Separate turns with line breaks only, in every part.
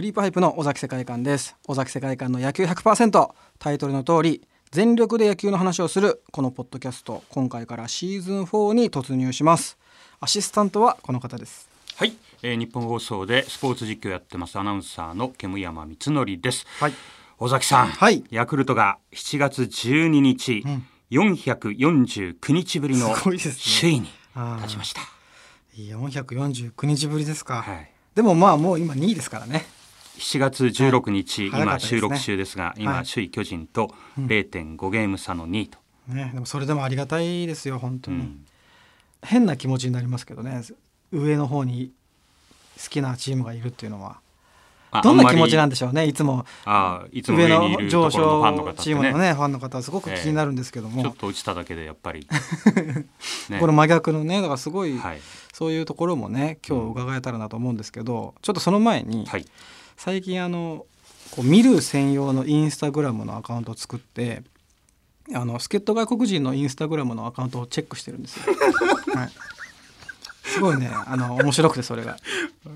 リープハイプの尾崎世界観です尾崎世界観の野球100%タイトルの通り全力で野球の話をするこのポッドキャスト今回からシーズン4に突入しますアシスタントはこの方です
はい、えー、日本放送でスポーツ実況やってますアナウンサーの煙山光則です、
はい
尾崎さん、
はい
ヤクルトが7月12日、449日ぶりの
すごいですね
首位に
あー
立ちました、
449日ぶりですか、
はい、
でもまあもう今2位ですからね
7月16日、
はい早かった
今
ですね
収録中ですが今、
はい
首位巨人と0.5ゲーム差の2位と、
ねでもそれでもありがたいですよ本当
う
に、
ん
変な気持ちになりますけどね上の方に好きなチームがいるっていうのは
あ
どんな
あま
気
り
持ちなんでしょうねいつも
あーいつも
上
上にい
の
ると
上
ころ
昇
のファンの方っ
チ
て
ーム
ね
のねファンの方はすごく気になるんですけども、
ちょっと落ちただけでやっ ぱり、ね
この真逆のねだからすごい、
はい、
そういうところもね今日伺えたらなと思うんですけど、ちょっとその前に、
はい、
最近あのこう見る専用のインスタグラムのアカウントを作ってあの助っ人外国人のインスタグラムのアカウントをチェックしてるんですよ。はい、すごいねあの面白くてそれが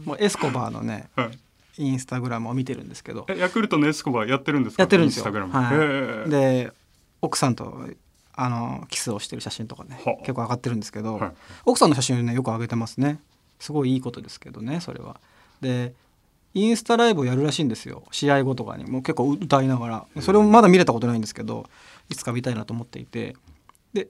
もうエスコバーのね
はい
インスタグラムを見てるんですけど
えヤクルトのエスコバやってるんですか
やってるんです
イ
よ。
ンスタグラム、へ
はい、
ー
で奥さんとあのキスをしてる写真とかね
はあ
結構上がってるんですけど、
はい
奥さんの写真をねよく上げてますねすごいいいことですけどねそれは。でインスタライブをやるらしいんですよ試合後とかにもう結構歌いながらそれもまだ見れたことないんですけどいつか見たいなと思っていてで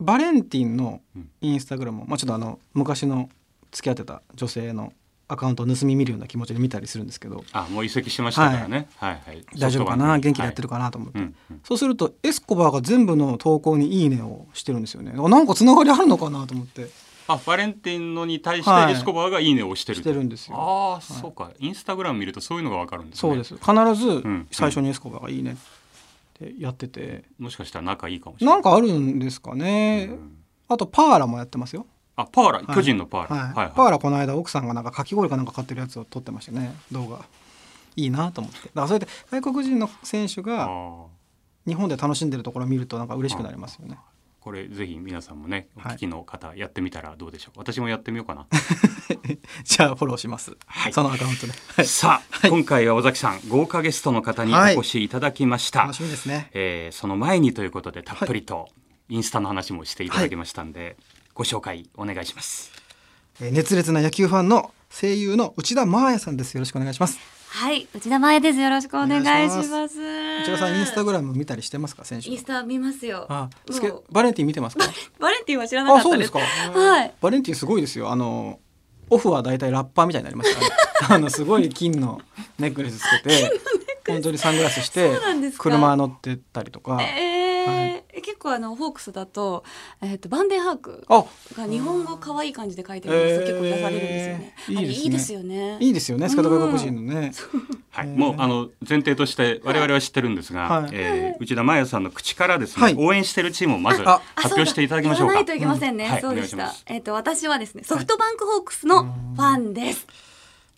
バレンティンのインスタグラムを、まあ、ちょっとあの昔の付き合ってた女性のアカウントを盗み見るような気持ちで見たりするんですけど
あもう移籍しましたからね、はいはい
大丈夫かな元気でやってる
か、
かなと思って、
はいうんうん
そうするとエスコバーが全部の投稿に「いいね」をしてるんですよねあなんかつながりあるのかなと思って
あバレンティンのに対
は
し
い
てエスコバーがいいねを押してる
してるんですよ
ああ、そうかインスタグラム見るとそういうのがわかるんですね
そうです必ず
ん
最初にエスコバーが「いいね」ってやってて
もしかしたら仲いいかもしれない
なんかあるんですかね、あとパーラもやってますよ、
あパーラ、
はい
巨人のパーラ、
はいパー
ラ
ラこの間奥さんがなんかかき氷かなんか買ってるやつを撮ってましたね動画いいなと思ってだからそれで外国人の選手
あ
が
ー
日本で楽しんでるところを見るとなんか嬉しくなりますよね
これぜひ皆さんもねお
はい
聞きの方やってみたらどうでしょう、私もやってみようかな
じゃあフォローします、
はい
そのアカウントで、はい、
さあ、今回は尾崎さん豪華ゲストの方にお
はい
越しいただきました、
楽しみですね
えーその前にということでたっぷりとインスタの話もしていただきましたんで、ご紹介お願いします
えー熱烈な野球ファンの声優の内田真彩さんですよろしくお願いします
はい、内田真礼です。よろしくお願いし
お願
ま
い
す。
内田さんインスタ
グ
グラム見たりしてますか選手の
インスタ見ますよ。
あ
もう
スケバレンティン見てますか
バレンティンは知 らなか
あ
った
そう
で。
ですすか
はい。
バレンティンすごいですよあのオフはだいたいラッパーみたいになりますからね あのすごい金のネックレスつけて本当にサングラスして
そうなんですか
車乗ってったりとか、
えー
は
結構あのホークスだと,、えっとバンデンハーク
あ
が日本語可愛い感じで書いてるんです、
えー
結構出されるんですよね。
いいですね
あれいいですよね。
いいですよねスカト外国人のね、
はい、
えー
もうあの前提として我々は知ってるんですが、
はい
えー内田真也さんの口からですね、
はい
応援してるチームをまず
あ
発
あそうだ
表していただきましょう
言わな
か
いといけませんね。
うんはい
そうでし
お願い
た
します。
えっ、と私はですね、ソフトバンクホークスのファンです。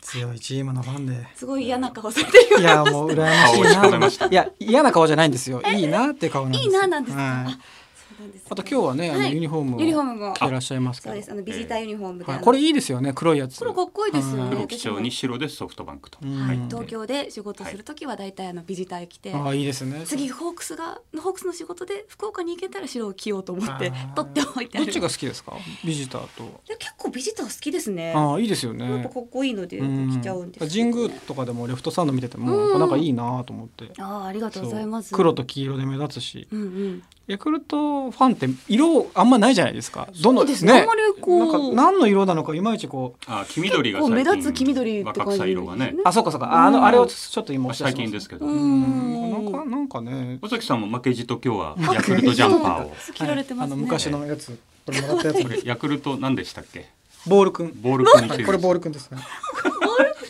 強いチームのファンで。
すごい嫌な顔されてるよう
い
な
やもう羨ましい
顔をしてくれま
な
し。た
いや嫌な顔じゃないんですよ。いいなっていう顔なんですよ。
いいななんですか。
はい
あそうなんですね
あと今日はね、あの
はい
ユニフォームを
ユニフォームも
着てらっしゃいますけ
そ
ど
うです。あのビジターユニフォームで、
はいこれいいですよね、黒いやつ。
黒かっこいいですよね
は
黒基調に白でソフトバンクと、
うん
はい、
うん
東京で仕事するときは大体あのビジター来て、
ああいいですね。
次ホークスがホークスの仕事で福岡に行けたら白を着ようと思って
あー
取っておいてあ
どっ
る
ちが好きですか？ビジターと。
で結構ビジター好きですね
ああいいですよ
やっぱ
ね。
かっこいいのでよ
う
く
ん
着ちゃうんですけど
神
ね、
宮とかでもレフトサンド見てて
う
も
ん
なんかいいなと思って。
ああありがとうございます
そう黒と黄色で目立つし、
うんうん
ヤクルトファンって色あんまないじゃないですか。どの
そうですねあんまりこう
なんか何の色なのかいまいちこう。
あ黄緑が
結構
最
目
近
立つ黄緑って感
若
じ
草色がね
あそうかそうか。ああ
うん
のあれをちょっと今
まあ
押し出し
最
ま
近ですけど、
う
うんんなんかなんかね。
尾崎さんも負けじと今日はヤクルトジャンパー を
着られてますね、
あの昔のやつ、これもらったやつ
こ。れヤクルト何でしたっけ
ボールくん。
ボール君について
これボールくんですね。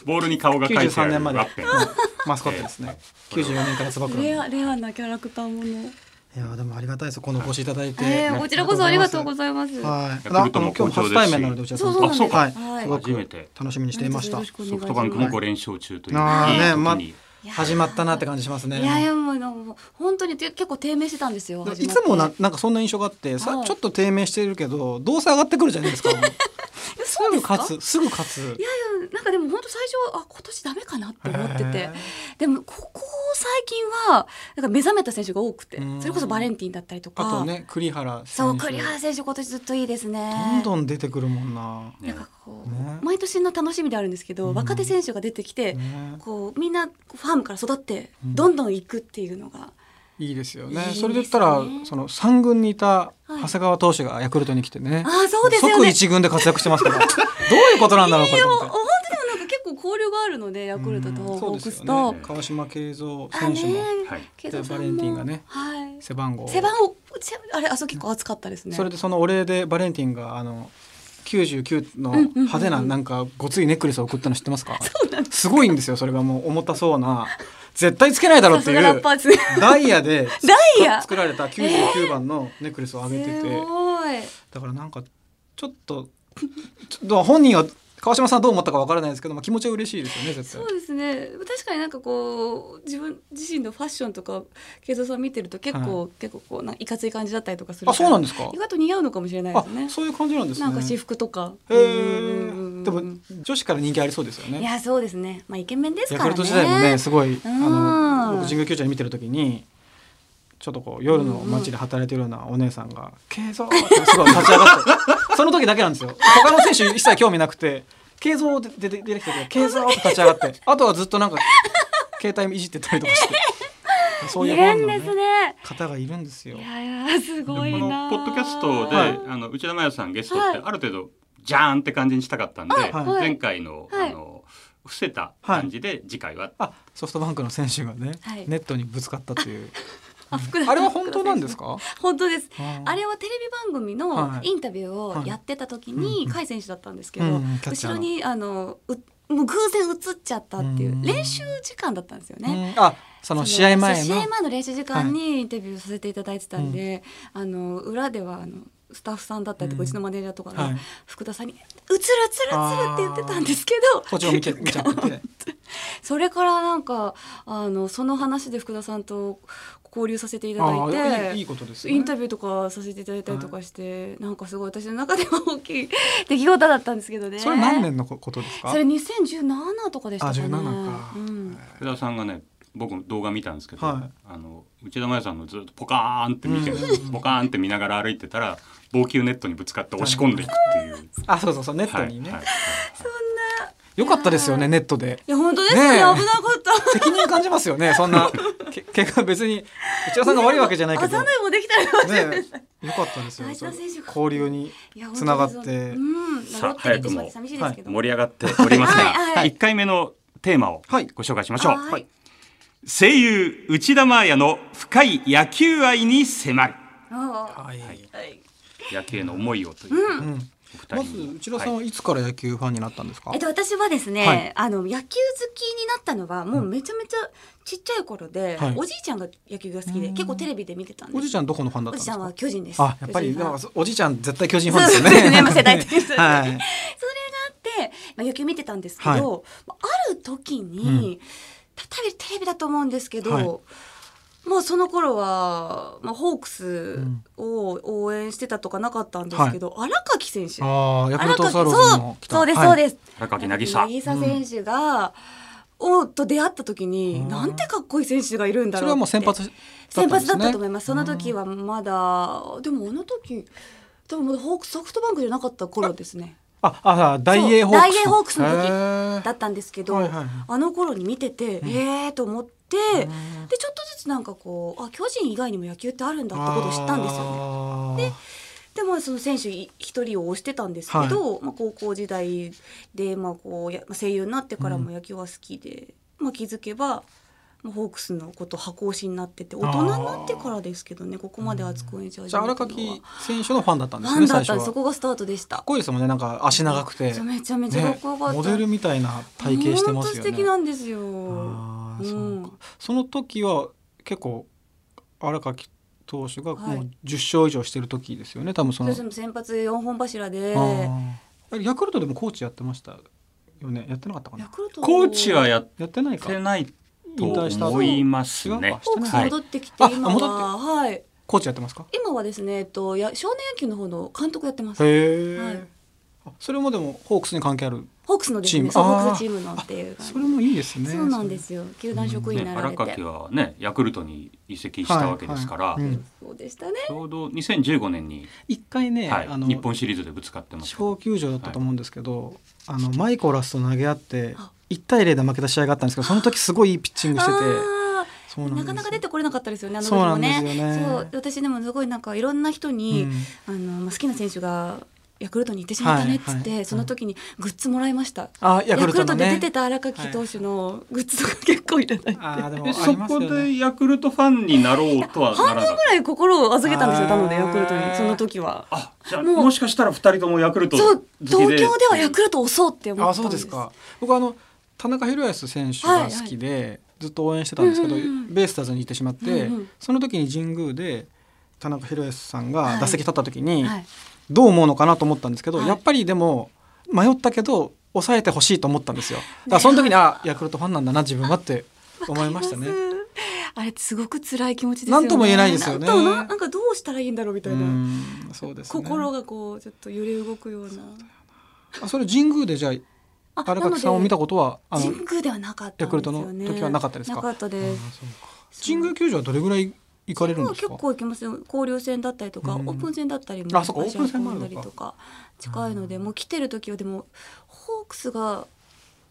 ボールに顔が書いてあ
93
る
年まで
ラッペン
マスコットですね。94年から椿
レ
の。
アレアなキャラクターもの
いやでもありがたいですこのお越しいただいて。
えー、こちらこそありがとうございます
います。はい。
ヤクルトも
あの今日も初対面なのでうちは
そうそうなんで
あ
す
そうか
はい。すご
はい
く
初めて
楽しみにしていました
よろ。くお願いし
ソ
ます
フトバンクも5連勝中という、
あー
いい
ね
時に、
ま
いや
始まったなって感じしますね。
いやいやもうなんかもう本当にて結構低迷してたんですよ。
いつもな
始まって
なんかそんな印象があってさ、
はい
ちょっと 低迷してるけどどうせ上がってくるじゃないですか
え
す
そう
ぐ
ですか。
勝つすぐ勝つ
なんかでも本当最初あ今年ダメかなって思って
へ
て
ー
でもここ最近はなんか目覚めた選手が多くて
うん
それこそバレンティンだったりとか
あとね栗原選
そ
手
う栗原選手今年ずっといいですね
どんどん出てくるもんな、
なんかこう、
ね
毎年の楽しみであるんですけど、
うん
若手選手が出てきて、
ね、
こうみんなこうファームから育って
うん
どんどん行くっていうのが、
いいですよ
いい
ね
ですね
それで言ったらその三軍にいた
はい
長谷川投手がヤクルトに来てね、
ああそうですよ
即
ね
一軍で活躍してますから どういうことなんだろうこれと
でも
思っ
本
て
当でもなんか結構交流があるのでヤクルトと
うん
ホークス
そうです
と、
よね川島慶三
あ
選手も
ね
はい
慶三さ
で
んも
バレンティンがね
はい
背番号を
背番号ちあれあそう結構熱かったですね
それでそのお礼でバレンティンがあの99の
んうんうんうん
派手ななんかごついネックレスを送ったの知ってますか、
そうなんです
すごいんですよそれがもう重たそうな絶対つけないだろう
さ
って
す
い
が ラッ
う
パーですね
ダイヤで
ダイヤ
作られた99番のネックレスをあげてて、
すごい
だからなんかちょっとちょっと本人は川島さんはどう思ったかわからないですけど、まあ、気持ちは嬉しいですよね絶対
そうですね確かになんかこう自分自身のファッションとか慶三さん見てると結構、結構こうなんかいかつい感じだったりとかする
あそうなん
で
ですか
意外と似合うのかもしれないですね
あそういう感じなんですね
なんか私服とか
へ
うんうんうんうん
えでも女子から人気ありそうですよ
い
ね
やそうですねまあイケメンです
ヤ
か
ク
ら
ルト
ね
時代もねすごいあ
う
の
ん
僕神宮球場に見てる時にちょっとこう夜の街で働いてるようなお姉さんが「敬三!」ってすごい立ち上がってその時だけなんですよ他の選手一切興味なくて敬三で出て出てきた時は「敬三!」って立ち上がってあとはずっとなんか携帯いじってたりとかしてそういうファンの
るん
ね
ですね
方がいるんですよ
い。やいやす
で
ごい
こ
な
のポッドキャストで、
はい
あの内田真也さんゲストっ
はい
てある程度ジャーンって感じにしたかったんで、
いはい
前回の,、
はい
あの伏せた感じで次回は、
あソフトバンクの選手がね、
はい
ネットにぶつかったという
あ福田
あれは本当なんです か
本当です
あ
あれはテレビ番組の
はい
インタビューをやってた時
はい
に甲斐選手だったんですけど、
うんうんキャッチャーの
後ろにあのうもう偶然映っちゃったっていううん練習時間だったんですよね。
うんあその試合前
そう
の
試合前の練習時間にインタビューさせていただいてたんで、あの裏ではあのスタッフさんだったりとか、
う
うんちのマネージャーとか
は
が
い
福田さんに「映る映る映る」って言ってたんですけど
こっちを見て見ちゃってて
それからなんかあのその話で福田さんと交流させていただ
あ
いて
あいいいいことですよ
インタ
ね
ビューとかさせていただいたりとかして、なんかすごい私の中では大きい 出来事だったんですけどね。
それ何年のことですか
それ2017とかでしたかね。
あ17か
うん、
福田さんがね僕も動画見たんですけど、
はい
あの内田真也さんのずっとポカーンって見て、
うん
ポカーンって見ながら歩いてたら防球ネットにぶつかって押し込んでいくって いう。
あそうそうそうネットにね、
はいはい
よかったですよねネットで
いや本当ですね
ねえ
危なかった。
責任感じますよねそん なけ怪我別に内田さんが悪いわけじゃないけど
朝
ね
内もできたら。
よかったですよ
内田選手が
交流に
いや本当に
つながって
うん、
さあ
ロッテに行ってしまって寂しいですけど。
盛り上がっておりますが、
はいはいはい
1回目のテーマを
はい
ご紹介しましょう、
はいはい
声優内田真彩の深い野球愛に迫る
あ
はい、
あはい
野球への思いをという、
う
お
ん、
二
ま
人
ず
に
内田さんはいつから野球ファンになったんですか、
えっと、私はですね、
はい
あの野球好きになったのはもうめちゃめちゃちっちゃい頃で、
はい
おじいちゃんが野球が好きで
うん
結構テレビで見てたんです
おじいちゃんどこのファンだっ
お
たんで
じい
す
ちゃん
か
は巨人です
あやっぱり
巨
で
人ファン
もおじいちゃん絶対巨人ファンですよ
そう
ね
ですねまあ世代的にそうですね
はい
それがあって、まあ、野球見てたんですけど、
はい
まあある時
うん
に、た多分テレビだと思うんですけど、
はい
もうその頃は、まあ、ホークスを応援してたとかなかったんですけど、荒垣選手。
ああ、ヤクルトスワローズ
そ
も
うそうです、そうです。
荒垣渚
選手が、おと出会った時に、
うん
なんてかっこいい選手がいるんだ
そ
ろ
れ
うって
はもう先発だった
先
んですね。
発だったと思います。その時はまだ、でもあの時、多分まだホークスソフトバンクじゃなかった頃ですね。
あ、あ、大英ホークス。
そう大英ホークスの時
へー
だったんですけど、
はいはいはい
あの頃に見てて、ええーと思って、
ん
でちょっとずつなんかこうあ巨人以外にも野球ってあるんだってことを知ったんですよね。
よね。
でまあその選手い一人を推してたんですけど、まあ、高校時代で、まあ、こうやまあ声優になってからも野球は好きで、まあ、気づけば。まあホークスのこと箱推しになってて大人になってからですけどねここまで熱く応援し始
じゃあ
め
荒
たのは
垣選手のファンだったんで
フ
す
ァン
ね。
だ
最
っ
初
たん
は。か
ですそ
っ
こがスタートでした
こいいですもんね。なんか足長くて。
そうめちゃめちゃかっこよかった、
ねモデルみたいな体型してますよね。
本当素敵なんですよ
あー
うん
そうかその時は結構荒垣投手が
は
もう
い
10勝以上してる時ですよね。多分そ
そう
の。
ですね先発4本柱で
あーヤクルトでもコーチやってましたよね。やってなかったか
ヤ
な。
クルト
コーチはやっ
やってないか
て。ないと
引退した
思います
違う
ね
か
ホークス
はい
戻ってきて
はい
今
あ戻
ははい
コーチやってますか。
今はですねえっとや少年野球の方の監督やってます
へえ、
はい
あそれもでもホークスに関係ある
ホークスのです
チー
ね
ム
そうホ
あー
ークスチームのっていう
それもいいですね
そうなんですすよ球団職員
ね、
になら
荒
れて、
垣はねヤクルトに移籍したわけですから、
はいはいうん
そうでしたね
ちょうど2015年に、
一回ね、
はい
あの
日本シリーズでぶつかってますけど
小球場だったと思うんですけど、あのマイコラスと投げ合って
あ
1対0で負けた試合があったんですけどその時すごいいいピッチングしてて
あ
そう
ー
んです
な
よ
かなか出てこれなかったですよねあの時
そうな
も
んですよ
ね
ね
そう私でもすごいなんかいろんな人に、
うん
あのまあ好きな選手がヤクルトに行ってしまったねっつって、
はいはい
その時にグッズもらいました、
あヤ
ヤ
ク
ク
ル
ル
ト
ト
の
で
ね
出てた荒垣投手のグッズとか結構いただいて、
あーでも
え
あ
そ
ります
こ
よね
でヤクルトファンになろうとはなら
半
なか
分
っ
ぐ
た
らい心を預けたんですよなので
あー
ヤクルトにその時は
あじゃあ
もう
もしかしたら二人ともヤクルト
そ
好
う
きで
東京ではヤクルトを押そうって思
あ
った
そ
んで
うですすか僕あの田中宏康選手が好きで、ずっと応援してたんですけど、
うんうんうん
ベイスターズに行ってしまって、
うんうん
その時に神宮で田中宏康さんが打席立った時に、
はい、
どう思うのかなと思ったんですけど、
はい
やっぱりでも迷ったけど抑えてほしいと思ったんですよだからその時に、あヤクルトファンなんだな自分は って思いましたね
わかりますあれってすごく辛い気持ちですよ
な
ね
んとも言えないですよね
なんとななんかどうしたらいいんだろうみたいうな、
んそうです、ね、
心がこうちょっと揺れ動くような
あそれ神宮でじゃあ荒垣さんを見た
こ
ことはあ
と
の
神宮ではなかったんですよ、ね、
ヤクルトの時はなかったですか
なかった
あ
です
そうか神宮球場はどれぐらい行かれるんですか
神宮は結構行きますよ交流戦だったりとか、
うん
オープン戦だったり
あそっか
会社
オープン戦もある
運
の
んだ
か
りとか近いので、もう来てる時はでもホークスが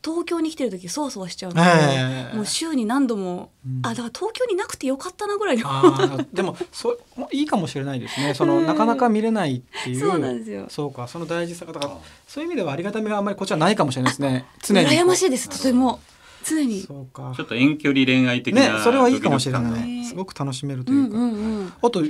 東京に来てる時そわそわしちゃうので、
ええ
もう週に何度も、
うん
あだから東京になくてよかったなぐらいの
あー でもそいいかもしれないですねその、
うん
なかなか見れないっていう
そうなんですよ
そうかその大事さがだからそういう意味ではありがたみがあんまりこっちはないかもしれないですね常に
羨ましいです
なるほ
と
ど
ても常に
そうか
ちょっと遠距離恋愛的な
ねそれはいいかもしれ
ドキドキ
な
感が
いすごく楽しめると
う
い
ん
うか、
うんうん
あと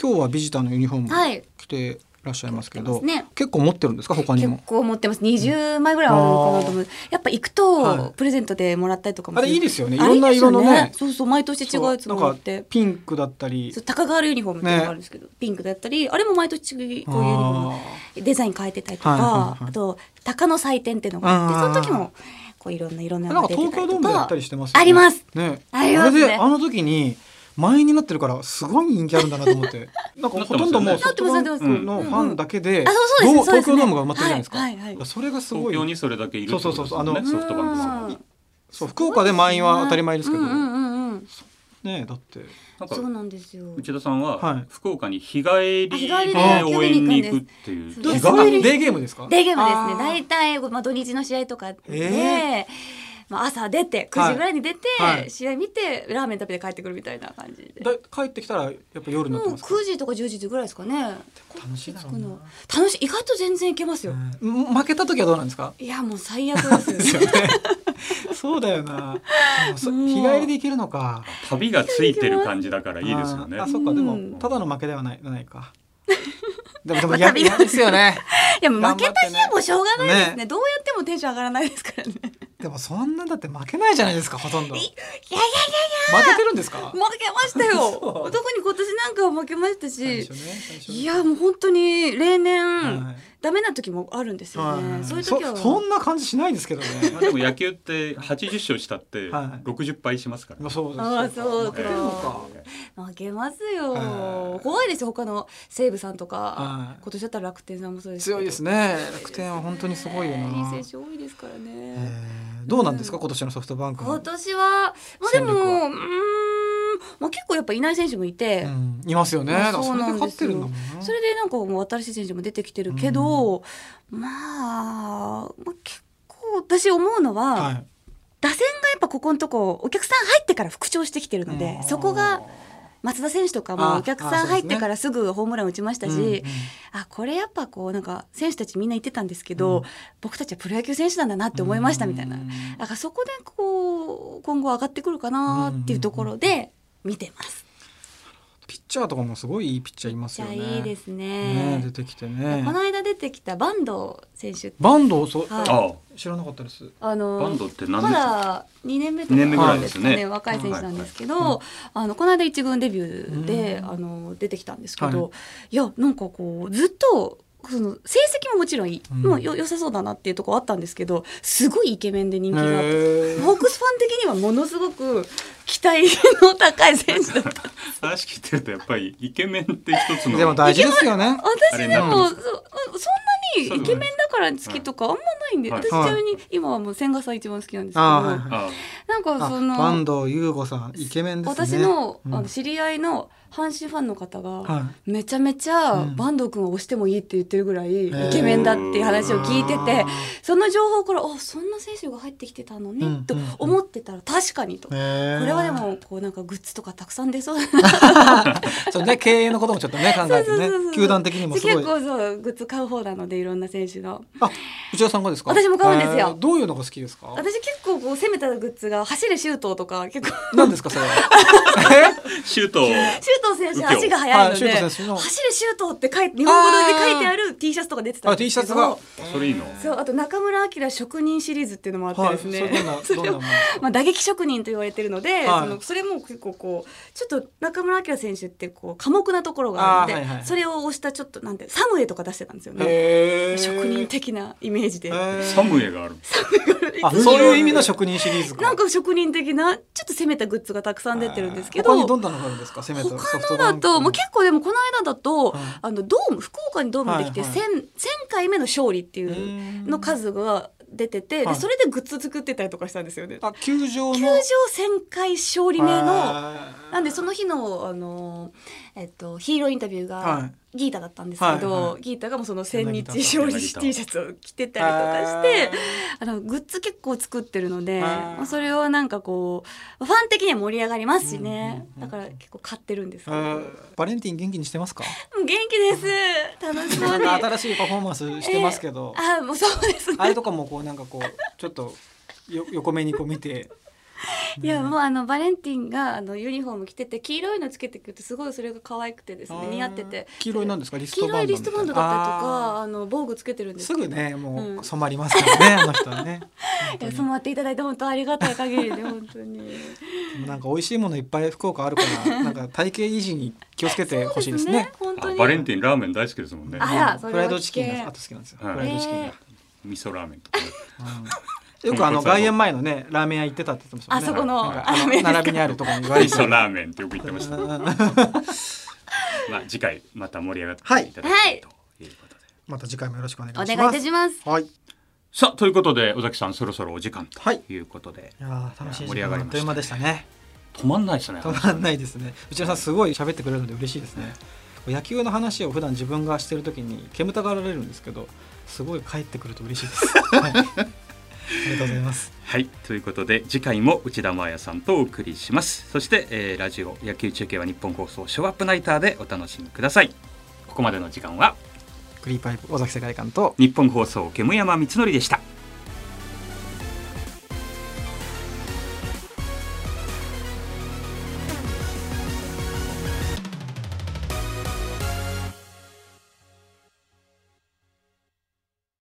今日はビジターのユニフォ
は
ーム
い
着てらっしゃいますけ
着
ど、
てますね
結構持ってるんですか他に
結
も
構持ってます20枚ぐらいあるのかなと思うやっぱ行くと、
はい
プレゼントでもらったりとかも
あれいいですよねい
あ
ろ
れ
んな色のね
いいですよそうそう毎年違うやつもらっ
なん
て
かピンクだったり
そう高川流ユニフォームっていうのがあるんですけど、ピンクだったりあれも毎年こういうユニフォーム
あ
デザイン変えてたりとか、
はいはいはい
あと鷹の祭典っていうのがあって
うん
その時もこういろんないろんな
ー
の
なん
が
か東京ドー
出てたりと
ムでや
か
ったりしてますよね
あります
ね
ありますね
れであの時に満員になってるからすごい人気あるんだなと思ってなんかほとんどもう
な
ソ
っ
フ
て
ト
ま
バン
すなってます
ク
うん
のファンだけで
あそうそうです
どう
そうで
東
す
京
ね
ドームが埋まってるじゃないですか、
はいはいはい
それがすごい
東京にそれだけいる
そうそうそうそう
あ
あ
の
の
ソフトバンクさん
うん
そう福岡で満員は当たり前ですけど、
うんうんうんうん
ねだって
なん
そう
か
なんですよ
内田さん
はい
は福岡に日帰り
あ日帰
で
りで
応援に行くっていう
そ
日帰
うです
り
日帰り
デーゲームですか
デーゲームです
あ
ね
ー
大体、まあ、土日の試合とかで、
え
まあ、朝出て
はい
9時ぐらいに出て、
はい
試合見てラーメン食べて帰ってくるみたいな感じで。
だ帰ってきたらやっぱ夜になっ
もう
てますか
9時とか10時ぐらいですかね
楽しいだろうな
こっち着くの楽しい意外と全然いけますよ、
うん負けた時はどうなんですか
いやもう最悪ですよ
そうだよ なあそ
もう
日帰りで行けるのか
旅がついてる感じだからいいですよね
あーあそっか
うん
でもただの負けではないない かでもでも
まあ
や
旅は
嫌ですよね
いやもう負けた
頑張って
日
ね
はもうしょうがないですね
ね
どうやってもテンション上がらないですからね 負け
でもそんなだって負けないじゃないですかほとんどいやいやいや負けてるんですか
ましたよ
嘘
特に今年なんかは負けました
最
し
初ね最初
いやもう本当に例年、
はい
ダメな時もあるんですよね、
はい
そういう時は
そそんな感じしないですけどね
まあでも野球って80勝したって
はい
60敗しますから
まあ
ね
そうです
あーそう
負けてるのか
負けますよ、
はい
怖いですよ他の西武さんとか、
はい
今年だったら楽天さんもそうですけど
強いですね楽天は本当にすごいよ
いい
な
選手多いですからね、
えーどうなんですか、今年のソフトバンクの
今年はまあで
戦力
もう
は
ーん、まあ、結構やっぱいない選手もいて、
うん、いますよね。
ま
だ
あ
から
そ
そうれ
な
で
んで
勝っ
す
て
よ
るんだもんな。
それでなんかもう新しい選手も出てきてるけど、まあ、まあ結構私思うのは、
はい。
打線がやっぱここのとこお客さん入ってから復調してきてるので、
うん
そこが松田選手とか
あ
も
ー
お客さん入ってからすぐホームラン打ちましたし、
うんうん
あこれやっぱこうなんか選手たちみんな言ってたんですけど、
うん
僕たちはプロ野球選手なんだなって思いましたみたいな、
うん
だからそこでこう今後上がってくるかなっていうところで見てます。
ピッチャーとかもすごいいいピッチャーいます
じ
よ
ゃあ
ね。
いいですすね
出てきてね
こ。の間出てきた坂東選手
バンドをそう、
はい
あ
知らなかったです。
あの
バンドって何
ま
ですか
だ2年目と
二年目
ぐら
か
い
ですね
若い選手なんですけど、あのこの間一軍デビューで、
うん
あの出てきたんですけ
は
ど、い、やなんかこうずっとその成績ももちろんいい、
うん
もうよ良さそうだなっていうところあったんですけどすごいイケメンで人気があって。
へー
ホークスファン的にはものすごく 期待の高い選手だ った。
話聞いてるとやっぱりイケメンって一つの
でも大事ですよね。
私で
あれな
も
ん
そそんなにイケメンだから好きとかあんまないんで、
はい
私ち
はい
なみに今はもう千賀さん一番好きなんですけど、
あーはいはい
あ
なんか
あ
そ
坂
の
東優吾さんイケメンですね
私の,、
うん
あの知り合いの阪神ファンの方が、
は
めちゃめちゃ
うん
坂東君を押してもいいって言ってるぐらいイ
ー
ケメンだっていう話を聞いてて
あー
その情報からあそんな選手が入ってきてたの
うん
ねと
うんうん
思ってたら確かにと。
い
こ
へー
れはでもこうなんかグッズとかたくさん出そうだな
そうね経営のこともちょっとね考えて
そうそうそう
ね球団的にもすご
結
い
構そうグッズ買う方なのでいろんな選手の
あ内田さんがですか
私も買うんですよ
えーどういうのが好きですか
私結構こう攻めたグッズが走るシュートとか 結構
何ですか それはえ
ーシュ ートを
シュート選手足が速いので
はいシュート
走
選手
る
の
シュートって書いて日本語で書いてある T シャツとか出てたん
あ
で
T
す
シャ
けど
ツが
それいいの
そうあと中村晃職人シリーズっていうのもあって
は
で
い
す
そ
ね、
れどん などんなもの
まあ、打撃職人と言われてるので、
はい
そのそれも結構こうちょっと中村晃選手ってこう寡黙なところがあるの
あ
で、
ーはいはい
それを押したちょっとなんてサムエとか出してたんですよね
へー
職人的なイメージで、
へー
サムエがある
あそういう意味の職人シリーズか
なんか職人的なちょっと攻めたグッズがたくさん出てるんですけど
他にどんなのがあるんですか攻めたソフ
そ
ト
う
バ
だ
ンク
ともう結構でもこの間だと、
はい
あのドーム福岡にドームできて
はい
1000,
はい
1000回目の勝利っていううんの数が出てて、
はい
でそれでグッズ作ってたりとかしたんですよね。
あ球場
球
の
場1000回勝利目のなんでそ
の
の日の、あのえっと、ヒーローインタビュー
は
がギータだったんですけど、
はいは
ギータがもうその
千
千
日
日
手
勝利
柳田
T シャツを着てたりとかしてあのグッズ結構作ってるので
あー
まあそれをなんかこうファン的には盛り上がりますしね、
うんうんうん
だから結構買ってるんですけど、
バレンティン元気にしてますか
元気です楽し そうに
なんか新しいパフォーマンスしてますけど、
あもうそうですね
あれとかもこうなんかこうちょっとよ 横目にこう見て
いやもうあのバレンティンがあのユニフォーム着てて黄色いのつけてくるとすごいそれが可愛くてです
あ
ね
ー
似合ってて
黄色いなんですかリス
黄
トバ
色
ンド
い
みたいな
リストバンドだったりとか
あ
あの防具つけてるん
ー
です
す
けど
ぐねも
う
うん染まりますからね、あの人はね
いや染まっていただいて本当ありがたい限りで本当に
でもなんか美味しいものいっぱい福岡ある からなんか体型維持に気をつけてほしいですね
そうですね本当
あ
に
バレンティンラーメン大好きですもんね
あらそ
フラ
れは
イドチキン
危
があ
険
と好きなんですよ、
はい
フライドチキンが、
え
味噌ラーメンとか
うんよくあの外苑前のねラーメン屋行ってたって言ってましたもんね
あそこの
なんかあの
ラーメンですか
並びにあるところに
味
割
噌
と
ラーメンってよく言ってました
うんうんうん
まあ次回また盛り上がっていただきたいということで
また次回もよろしくお願いし
お
ます
願いいたします
はい
さあということで尾崎さんそろそろお時間と
はい
いうことで
いやー楽しい
い
時
や盛り上
間
が
あっ
りました
という間でしたね
止まんないですね
止まんないですね内田さんすごい喋ってくれるので嬉しいですね野球の話を普段自分がしてる時に煙たがられるんですけどすごい帰ってくると嬉しいですはいありがとうございます
はいということで次回も内田真彩さんとお送りしますそして、えーラジオ野球中継は日本放送ショーアップナイターでお楽しみくださいここまでの時間は
クリーパイプ尾崎世界観と
日本放送煙山光則でした